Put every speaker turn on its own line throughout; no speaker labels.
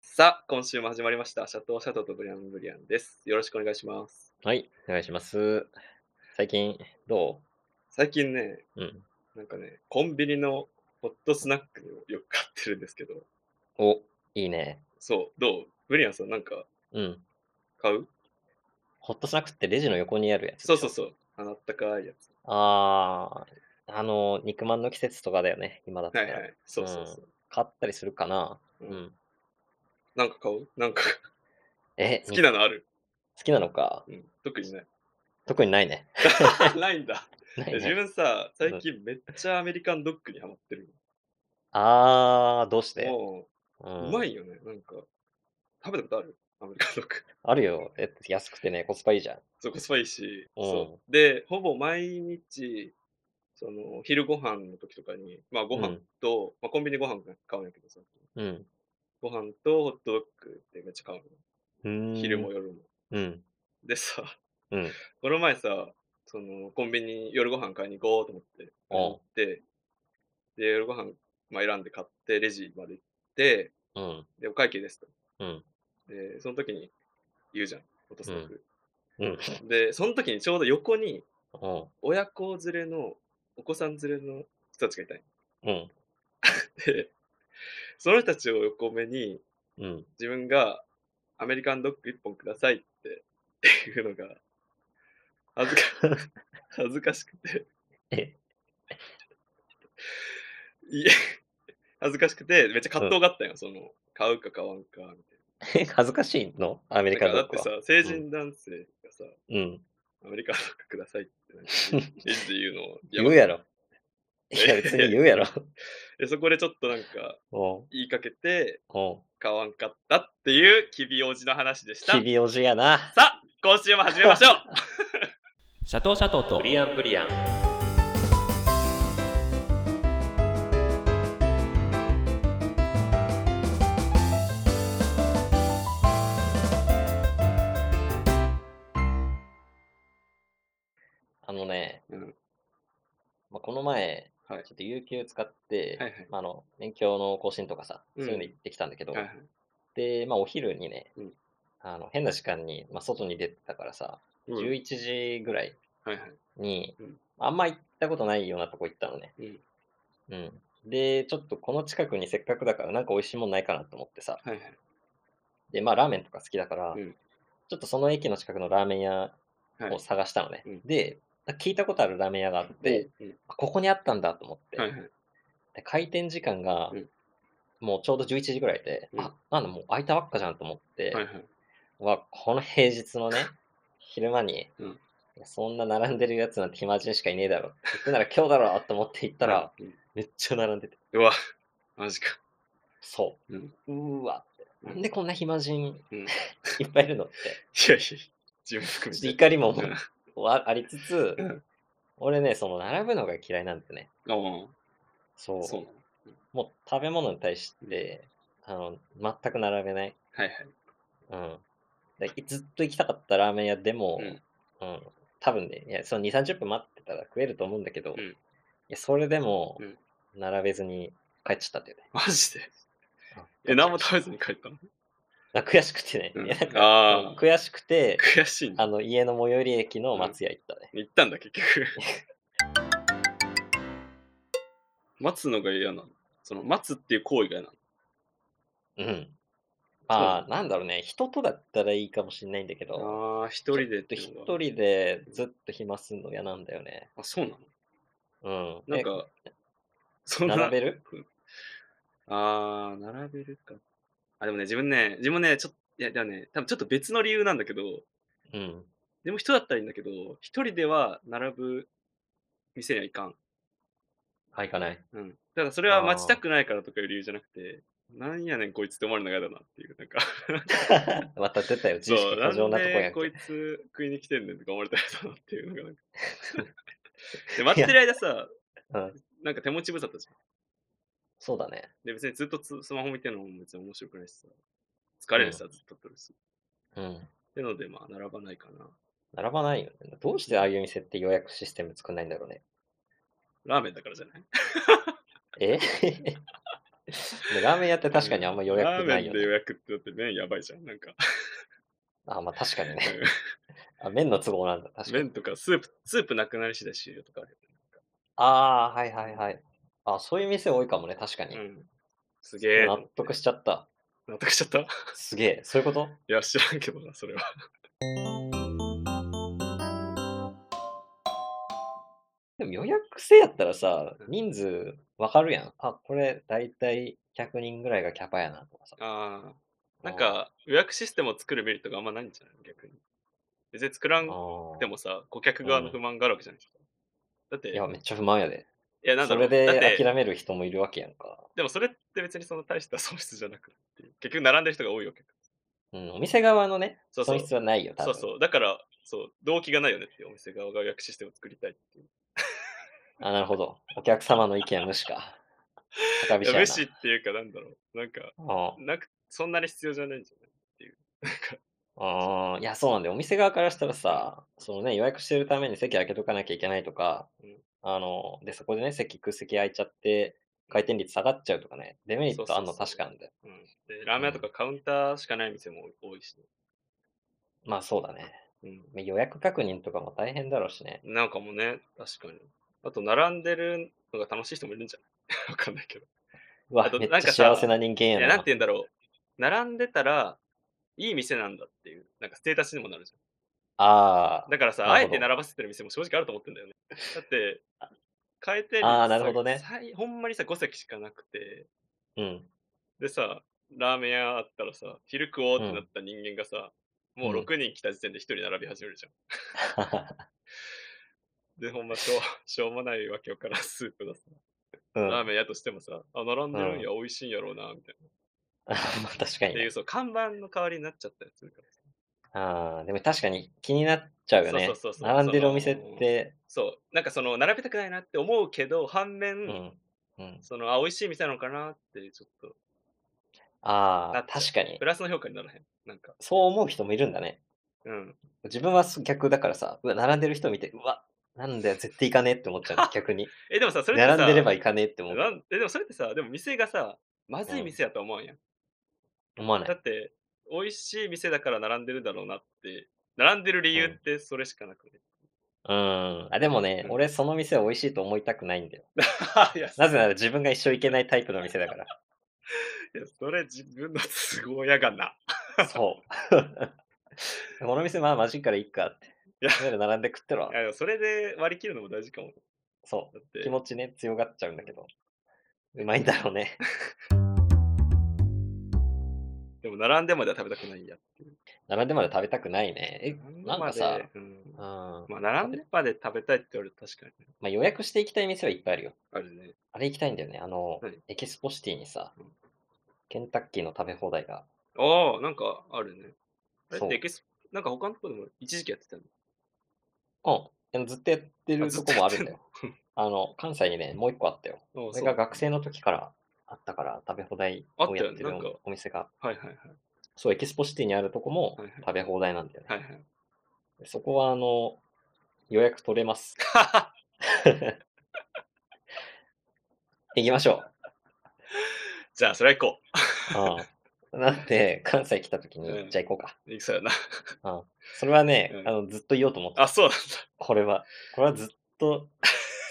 さあ、今週も始まりました。シャトーシャトーとブリアンブリアンです。よろしくお願いします。
はい、お願いします。最近、ど
最近ね、
ううん。
なんかね、コンビニのホットスナックをよく買ってるんですけど、
お、いいね。
そう、どうブリアンさん、なんか
うん。
買う
ホットスナックってレジの横にあるやつ。
そうそうそう。あのあったかいやつ。
あー、あの、肉まんの季節とかだよね、今だった
は
ら。
いはい。そうそうそう。
買ったりするかな。う
うん
ん。
なんか買うなんか
え、
好
に
きなのある、
好きなのか。
うん、特にない。
特にないね。
ないんだ。
ない
自
ね。
分さ、最近めっちゃアメリカンドッグにハマってる。
あー、どうして
も
う
う、
ん
うまいよね。なんか、食べたことあるアメリカンドッグ。
あるよ。え、安くてね、コスパいいじゃん。
そう、コスパいいし。
うん
そうで、ほぼ毎日、その、昼ご飯の時とかに、まあ、ご
う
飯
ん
と、まあ、コンビニご飯買うんやけどさ、
うん。
ご飯とホットドッグってめっちゃ買う
うーん
の。昼も。夜も。
うん。
でさ、
うん。
この前さ、その、コンビニ夜ご飯買いに行こうと思って、行って、で、夜ご飯、まあ、選んで買って、レジまで行って、
うん。
で、お会計ですと。
うん。
で、その時に言うじゃん、ホットスナック。
うん。
で、その時にちょうど横に、
うん。
親子連れの、お子さん連れの人たちがいたい。
うん。
で、その人たちを横目に、
うん。
自分がアメリカンドッグ1本くださいって言うのが、恥ずか 恥ずかしくて、
え、
いえ、恥ずかしくて、めっちゃ葛藤があったよ、その、買うか買わんか、みたい
え恥ずかしいのアメリ
な。だか
カン
らだ
ドッ
って
グ
さ
は。、
成人男性がさ、
うん。
アメリカンドッグくださいってなん か、レジで言うのを
言
ば
う
い
やろ。いや、別に言うやろ。
でそこでちょっとなんか、
おう
言いかけて、
おう。
買わんかったっていう、きびおじの話でした。
きびおじやな。
さあ、今週も始めましょう
シャトーシャトーと
ブリアンブリアン。あのね、
うん
まあ、この前、
はい
ちょっと有給使って、
はいはい
まあ、あの勉強の更新とかさ、
うん
そういうの行ってきたんだけど、
はいはい
で、まあ、お昼にね、
うん
あの変な時間に、まあ、外に出てたからさ、
うん
11時ぐらい
はいはい。
に、
うん
あんま行ったことないようなとこ行ったのね。
うん
うんで、ちょっとこの近くにせっかくだから、なんか美味しいもんないかなと思ってさ、
はいはい。
で、まあラーメンとか好きだから、
うん
ちょっとその駅の近くのラーメン屋
はい
を探したのね。
うん
で、聞いたことあるラーメン屋があって、
うん
あここにあったんだと思って、
はいはい。
で開店時間が
うん
もうちょうど11時ぐらいで、
うん
あなんだもう開いたばっかじゃんと思って、
はいはい。
わこの平日のね昼間に、
うん
いやそんな並んでるやつなんて暇人しかいねえだろ行くなら今日だろと思って行ったら、
うん、
めっちゃ並んでて
うわ、マジか。
そう、
うん
うーわって
うん
なんでこんな暇人
うん。い
いっぱいいる のって
やいや、自分含
ちょ
め
っと
て。
怒りももうあありつつ、
うん
俺ねその並ぶのが嫌いなんでね
あ
そ
あ、
う
そうなの。
もう食べ物に対して、あの全く並べない
はいはい。
うん。でずっと行きたかったラーメン屋でも、うん。多分ね、いや、その2、30分待ってたら食えると思うんだけど、
うん
いや、それでも
うん、
並べずに帰っちゃったんだよね。
マジで。
あ
え、何も食べずに帰ったの
あ悔しくてね。
うん
いやなん
あ
か
ー
うん悔し くて、
悔しいね
あの、家の最寄り駅の松屋行ったね。
行ったんだ、結局。 待つのが嫌なの。その、待つっていう行為が嫌なの。
うん。まあ、なんだろうね、人とだったらいいかもしれないんだけど、
ああ、一人でっ
ち
て
ょっ
いうの
と
が
一人でずっと暇すんの嫌なんだよね。
あ、そうなの
うん。
なんか、そ
え、
んな。
並べる
あー、並べるか。あ、でもね、自分ね、自分ね、ちょっと、いや、でもね、多分ちょっと別の理由なんだけど、
うん。
でも人だったらいいんだけど、一人では並ぶ店にはいかん。
あ、行かない。
うん。だからそれは
あー
待ちたくないからとかいう理由じゃなくて、なんやねんこいつって思われるのが嫌だなっていう、なんか、
また出たよ、
そ
自意
う、
識過剰
な
なんとこや
で
んけ
こいつ食いに来てんねんとか思われたら嫌だなっていうのがなん か。で待ってる間さ、
うん
なんか手持ち無沙汰じゃん。
そうだね。
で、別にずっとつスマホ見てるのも別に面白くないしさ、疲れるしさ、ずっと撮るし。
うん。
ってので、まあ、並ばないかな。
並ばないよね。どうしてああいう店って予約システム作んないんだろうね。
ラーメンだからじゃない
え でラーメン屋って確かにあんま予約ないよ
ラーメンで予
ね。
約ってだって麺やばいじゃん。なんか、
あ、まあ確かにね。
うん
あ、麺の都合なんだ。確かに。
麺とかスープ、スープなくなり次第終了とかある
ああ、はいはいはい。あ、そういう店多いかもね、確かに。
よね。うん。すげえ。
納得しちゃった。
納得しちゃった い
すげえ。そういうこと
や、知らんけどな、それは。
でも予約制やったらさ、人数わかるやん。あ、これ大体100人ぐらいがキャパやなとかさ。
ああ。なんか、予約システムを作るメリットがあんまないんじゃない逆に。別に作らん
あ
でもさ、顧客側の不満があるわけじゃないですか。だって、
ーいや、めっちゃ不満やで。
いや、なんだ
そ
ろ
れ
う。だっ
で
て、
諦める人もいるわけやんか。
でもそれって別にその大した損失じゃなくて、結局並んでる人が多いわけ。
うん、お店側のね、
そうそう
損失はないよ、多
そう
分
そう。だから、そう、動機がないよねっていうお店側が予約システムを作りたいっていう。
あ、なるほど。お客様の意見は無視か。高飛
いや
車や
無
な
視っていうか、なんだろう。なんか、
うん
なく、そんなに必要じゃないんじゃない
うんいや、そうなんだよ。お店側からしたらさ、そのね、予約してるために席開けとかなきゃいけないとか
うん、
あの、で、そこでね、席空席空いちゃって、回転率下がっちゃうとかね、デメリットあんの
そうそうそ
確
う
かなんだよ。
うん。で、ラーメン屋とかカウンターしかない店も多いし、
まあそうだね。
うん。
まあ予約確認とかも大変だろうしね。
なんかもね、確かに。あと、並んでるのが楽しい人もいるんじゃない わかんないけど。
うわ
あと、
めっ
なん
ちゃ
かさ
幸せな人間や
いや、
な。
なんて言うんだろう。並んでたら、いい店なんだっていう、なんかステータスにもなるじ
あ
ゃん。だからさ、
な
あ
る
え
ほど
て並ばせてる店も正直あると思ってんだよね。だって、回転率
あー
さ
なるほどね
最ほんまにさ、5席しかなくて、
あ、 うん。
でさ、ラーメン屋あったらさ、昼食おうってなった人間がさ、もう
うん
6人来た時点で1人並び始めるじゃん。で、ほんましょう、 しょうもないわけよからんスープださ、
うん、
ラー
ま
メン屋としてもさ、あ、並んでるんや、美味しいんやろうな、みたいな。
あ確
っ
かに
てい
ね
う、。そう、看板の代わりになっちゃったりするからさ。
ああ、でも確かに気になっちゃうよね
そうそうそう。そう
並んでるお店って、
そう、なんかその、並べたくないなって思うけど、反面、
うん。うん、
その、あ、美味しい店なのかなって、ちょっと、
あ
な
あ
っ、ちゃう
確かに
プ。ラスの評価にならへん。なんか、
そう思う人もいるんだね。
うん。
自分はす逆だからさ、うわ、並んでる人見て、うわ、なんだよ、絶対行かねえって思っち ゃう、逆に。
え、でもさ、それってさ、
並んでれば行かねえって思う
なんえでもそれってさ、でも店がさ、まずい店やとは思わんやん。
思わな
だ
い。
って、美味しい店だから並んでるだろうなって、並んでる理由ってそれしかなくね。
うん。あ、でもね、
うん
俺、その店は美味しいと思いたくないんだよ。
いや、そ
なぜなら自分が一生行けないタイプの店だか
いやそれ自分の都合やがな。
ら。そう。 この店、まあ、マジから行っかって。
いや
とりあえず並んで食ってろ
い。やでもそれで割り切るのも大事かも。
そ
だっ
う。
て
気、持ちね、強がっちゃうんだけど。うまいんだろうね。
でも並んでまでは食べたくないんやっていう。
並んでまで食べたくないね。え、なんかさ
並、んでまでうん
うん。ま
まあ、並んでまで食べたいって言われたら確かにね
あ、予約して行きたい店はいっぱいあるよ。
あるね。
あれ行きたいんだよね。あの
何、
エキスポシティにさ
うん、
ケンタッキーの食べ放題が。
ああ、なんかあるね。あれっ
そう
てエキス、なんか他のとこでも一時期やってたの。
うん。ずっとやって
あ
る
ずっ
と
とや
こも
っ
あ
て
る
ん
ん
の
だよ。あの、関西にね、もう一個あったよ。
ああ
そ
そ
れ
う
が学生の時からあったから、食べ放題をやって
あったよねな
る
んか
お店が。
はいはいはい。
そう、エキスポシティにあるとこも
はいはい
食べ放題なんだよね。
はいはい。
でそこは、あの、予約取れます。行きましょ
じゃあ、それは行こ
う。 うん。なんで、関西来た時に、
うん
じゃあ行こうか。
う。行きそうやな。
それはね、
うん
あのずっと言おうと思った。
あ、そうなんだ。
これは、これはずっと、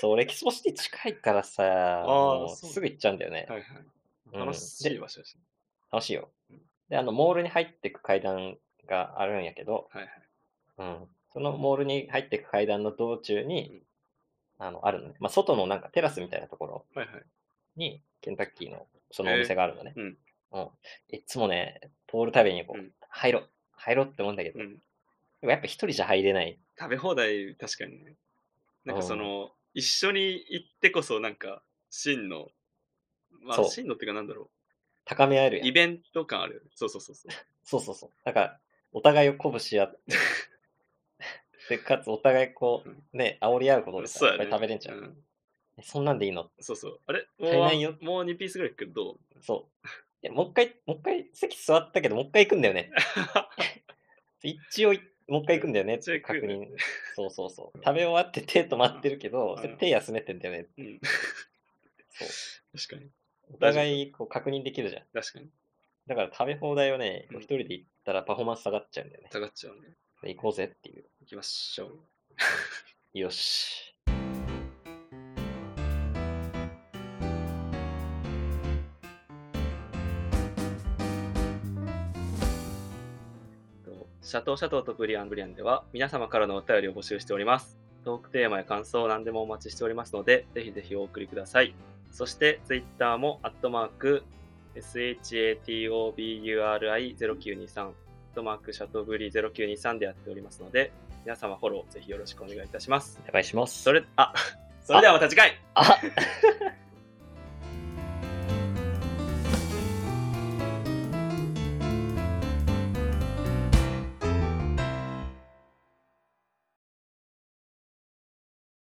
そう、俺エキスポシティ近いからさ、もう
そう
すぐ行っちゃうんだよね。
はいはい。
うん
楽しい
で
場所ですね。
楽しいよ
うん。
で、あの、モールに入ってく階段があるんやけど、
はいはい。
うん、そのモールに入ってく階段の道中に、
うん
あの、あるのね。まあ、外のなんかテラスみたいなところ
はいはい。
に、ケンタッキーのそのお店があるのね。
えーうん
うんいっつもね、通るたびにこう、
うん
入ろう、入ろうって思うんだけど、
うん。
でもやっぱ一人じゃ入れない。
食べ放題、確かにね。なんか
うん
その、一緒に行ってこそ、なんか、真の、ま
そ
あ、
う
真のっていうか、なんだろ
高め合える
う、
やん
イ。ベント感あるよね。そうそうそうそう。
そうそうそう。なんか、お互いを鼓舞し 合って、でかつお互いこう、ね、煽り合うことでさ、
そう
い
や
っぱ
ね
い食べれんじゃん。
うん
えそんなんでいいの
そうそう。あれ
足りない
も
よ
う、もう2ピースぐらい行くけど、どう
そう。いやもう一回、もう一回、席座ったけど、もう一回行くんだよね。一応い、もう一回行くんだよね
一応行く
確
よね
認。そうそうそう。食べ終わって手止まってるけ
う
ど、
ん
それ手休めてんだよね。
うん。
そう。
確かに。
お互いこう確認できるじゃん。
確かに。
だから食べ放題をね、
うん
一人で行ったらパフォーマンス下がっちゃうんだよね。
下がっちゃうね。
で行こうぜっていう。
行きましょう。
よし。
とシャトーシャトーとブリアンブリアンでは皆様からのお便りを募集しております。トークテーマや感想を何でもお待ちしておりますので、ぜひぜひお送りください。そして、ツイッターも、アットマーク、shatoburi0923、アットマーク、シャトーブリ0923でやっておりますので、皆様フォローぜひよろしくお願いいたします。
お願いします。
それ、あ、それではまた次回
あ